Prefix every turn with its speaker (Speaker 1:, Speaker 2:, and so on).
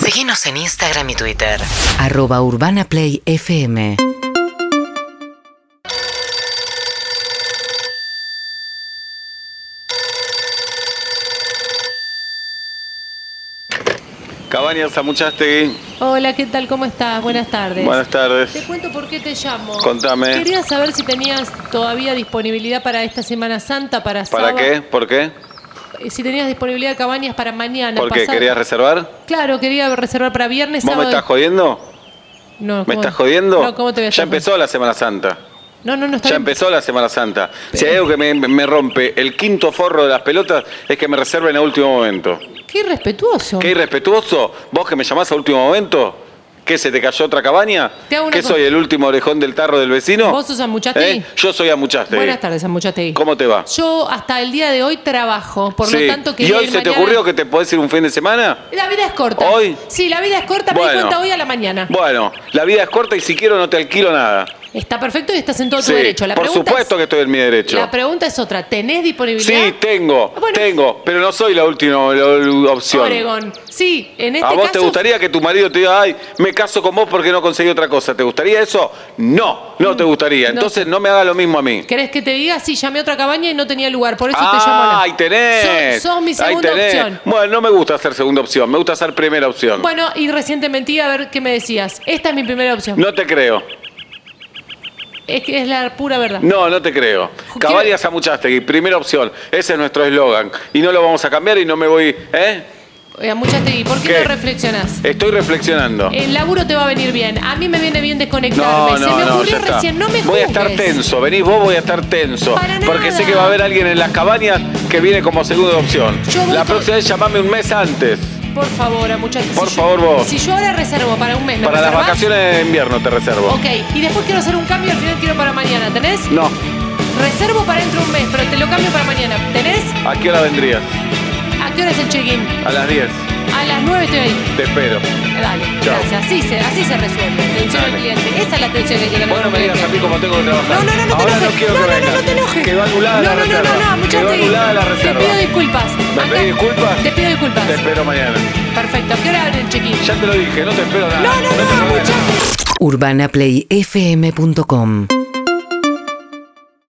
Speaker 1: Seguinos en Instagram y Twitter.
Speaker 2: arroba urbanaplayfm
Speaker 3: Cabañas Amuchastegui,
Speaker 4: Hola, ¿qué tal? ¿Cómo estás? Buenas tardes.
Speaker 3: buenas
Speaker 4: Te
Speaker 3: tardes.
Speaker 4: cuento por qué te llamo.
Speaker 3: Contame.
Speaker 4: Quería saber si tenías todavía disponibilidad para esta Semana Santa, para
Speaker 3: ¿Para
Speaker 4: sábado.
Speaker 3: qué? ¿Por qué?
Speaker 4: Eh, Si tenías disponibilidad de cabañas para mañana.
Speaker 3: ¿Por qué?
Speaker 4: pasado.
Speaker 3: ¿Querías reservar?
Speaker 4: Claro, quería reservar para viernes,
Speaker 3: ¿Vos me
Speaker 4: sábado.
Speaker 3: estás jodiendo?
Speaker 4: no,
Speaker 3: ¿Me
Speaker 4: ¿cómo?
Speaker 3: estás jodiendo?
Speaker 4: No, ¿cómo te voy
Speaker 3: ya
Speaker 4: a estar
Speaker 3: empezó la Semana Santa.
Speaker 4: jodiendo? No, no, no está
Speaker 3: Ya
Speaker 4: bien.
Speaker 3: empezó la Semana Santa. Si hay algo que me, me rompe el quinto forro de las pelotas es que me reserven a último momento.
Speaker 4: Qué irrespetuoso.
Speaker 3: ¿Qué irrespetuoso? ¿Vos que me llamás a último momento? ¿Qué, se te cayó otra cabaña?
Speaker 4: Te hago una
Speaker 3: ¿Qué
Speaker 4: cosa.
Speaker 3: soy, el último orejón del tarro del vecino?
Speaker 4: ¿Vos sos Amuchastegui?
Speaker 3: ¿Eh? Yo soy Amuchastegui.
Speaker 4: Buenas tardes, Amuchategui.
Speaker 3: ¿Cómo te va?
Speaker 4: Yo hasta el día de hoy trabajo, por
Speaker 3: Sí.
Speaker 4: lo tanto que
Speaker 3: ¿Y hoy se te ocurrió que te podés ir un fin de semana?
Speaker 4: La vida es corta.
Speaker 3: ¿Hoy?
Speaker 4: Sí, la vida es corta, me di
Speaker 3: Bueno.
Speaker 4: cuenta hoy a la mañana.
Speaker 3: Bueno, la vida es corta y si quiero no te alquilo nada.
Speaker 4: Está perfecto y estás en todo
Speaker 3: Sí,
Speaker 4: tu derecho. La
Speaker 3: por
Speaker 4: pregunta
Speaker 3: supuesto
Speaker 4: es-
Speaker 3: que estoy en mi derecho.
Speaker 4: La pregunta es otra. ¿Tenés disponibilidad?
Speaker 3: Sí, tengo,
Speaker 4: Bueno.
Speaker 3: tengo, pero no soy la última la ul- opción.
Speaker 4: Oregón. Sí, en este
Speaker 3: ¿A vos
Speaker 4: caso.
Speaker 3: te gustaría que tu marido te diga, ay, me caso con vos porque no conseguí otra cosa? ¿Te gustaría eso? No, no te gustaría.
Speaker 4: Mm, no.
Speaker 3: Entonces no me haga lo mismo a mí.
Speaker 4: ¿Querés que te diga? Sí, llamé a otra cabaña y no tenía lugar. Por eso te llamo
Speaker 3: ah,
Speaker 4: a la-
Speaker 3: ahí tenés.
Speaker 4: Sos, sos mi
Speaker 3: ahí
Speaker 4: segunda
Speaker 3: tenés.
Speaker 4: opción.
Speaker 3: Bueno, no me gusta hacer segunda opción, me gusta hacer primera opción.
Speaker 4: Bueno, y recientemente a ver qué me decías. Esta es mi primera opción.
Speaker 3: No te creo.
Speaker 4: Es que es la pura verdad.
Speaker 3: No, no te creo.
Speaker 4: ¿Qué?
Speaker 3: Cabañas Amuchastegui, primera opción. Ese es nuestro eslogan. Y no lo vamos a cambiar y no me voy. ¿Eh?
Speaker 4: Oiga, muchas te- ¿Y por qué,
Speaker 3: ¿Qué?
Speaker 4: no reflexionás?
Speaker 3: Estoy reflexionando.
Speaker 4: El laburo te va a venir bien. A mí me viene bien
Speaker 3: No,
Speaker 4: desconectarme.
Speaker 3: no,
Speaker 4: Se Eh, me
Speaker 3: no,
Speaker 4: ocurrió
Speaker 3: ya está.
Speaker 4: recién. No me
Speaker 3: voy a estar
Speaker 4: juzgues.
Speaker 3: tenso, venís vos, voy a estar tenso.
Speaker 4: Para
Speaker 3: porque sé
Speaker 4: nada.
Speaker 3: que va a haber alguien en las cabañas que viene como segunda opción.
Speaker 4: Yo voy
Speaker 3: La
Speaker 4: con-
Speaker 3: próxima vez llamame un mes antes.
Speaker 4: Por favor, a muchas
Speaker 3: Por
Speaker 4: si
Speaker 3: favor,
Speaker 4: yo,
Speaker 3: vos.
Speaker 4: Si yo ahora reservo para un mes, ¿me
Speaker 3: Para las
Speaker 4: reservás?
Speaker 3: vacaciones de invierno te reservo.
Speaker 4: Ok, y después quiero hacer un cambio y al final quiero para mañana. ¿Tenés?
Speaker 3: No,
Speaker 4: Reservo para dentro de un mes, pero te lo cambio para mañana. ¿Tenés?
Speaker 3: ¿a qué hora vendrías?
Speaker 4: ¿A qué hora es el check-in?
Speaker 3: A las 10.
Speaker 4: A las 9 estoy ahí.
Speaker 3: Te espero.
Speaker 4: Dale,
Speaker 3: Chao.
Speaker 4: gracias. Así se, así se resuelve. Atención al
Speaker 3: Dale.
Speaker 4: cliente. Esa es la atención que quiere
Speaker 3: Bueno, me digas a mí cómo tengo que trabajar.
Speaker 4: No, no, no, no te
Speaker 3: Ahora no
Speaker 4: enojes.
Speaker 3: quiero que
Speaker 4: no,
Speaker 3: vengas.
Speaker 4: no, no te enojes.
Speaker 3: Quedó anulada
Speaker 4: no,
Speaker 3: la
Speaker 4: no,
Speaker 3: reserva.
Speaker 4: No, no, no,
Speaker 3: Quedó
Speaker 4: muchachos.
Speaker 3: anulada la
Speaker 4: Te
Speaker 3: reserva.
Speaker 4: pido disculpas.
Speaker 3: ¿Me
Speaker 4: Acá-
Speaker 3: pedís disculpas?
Speaker 4: Te pido disculpas.
Speaker 3: Te espero mañana.
Speaker 4: Perfecto. ¿A qué hora abre el check-in?
Speaker 3: Ya te lo dije, no te espero nada.
Speaker 4: No, no,
Speaker 3: te
Speaker 4: no,
Speaker 3: mueves.
Speaker 4: muchachos.
Speaker 2: urbanaplayfm.com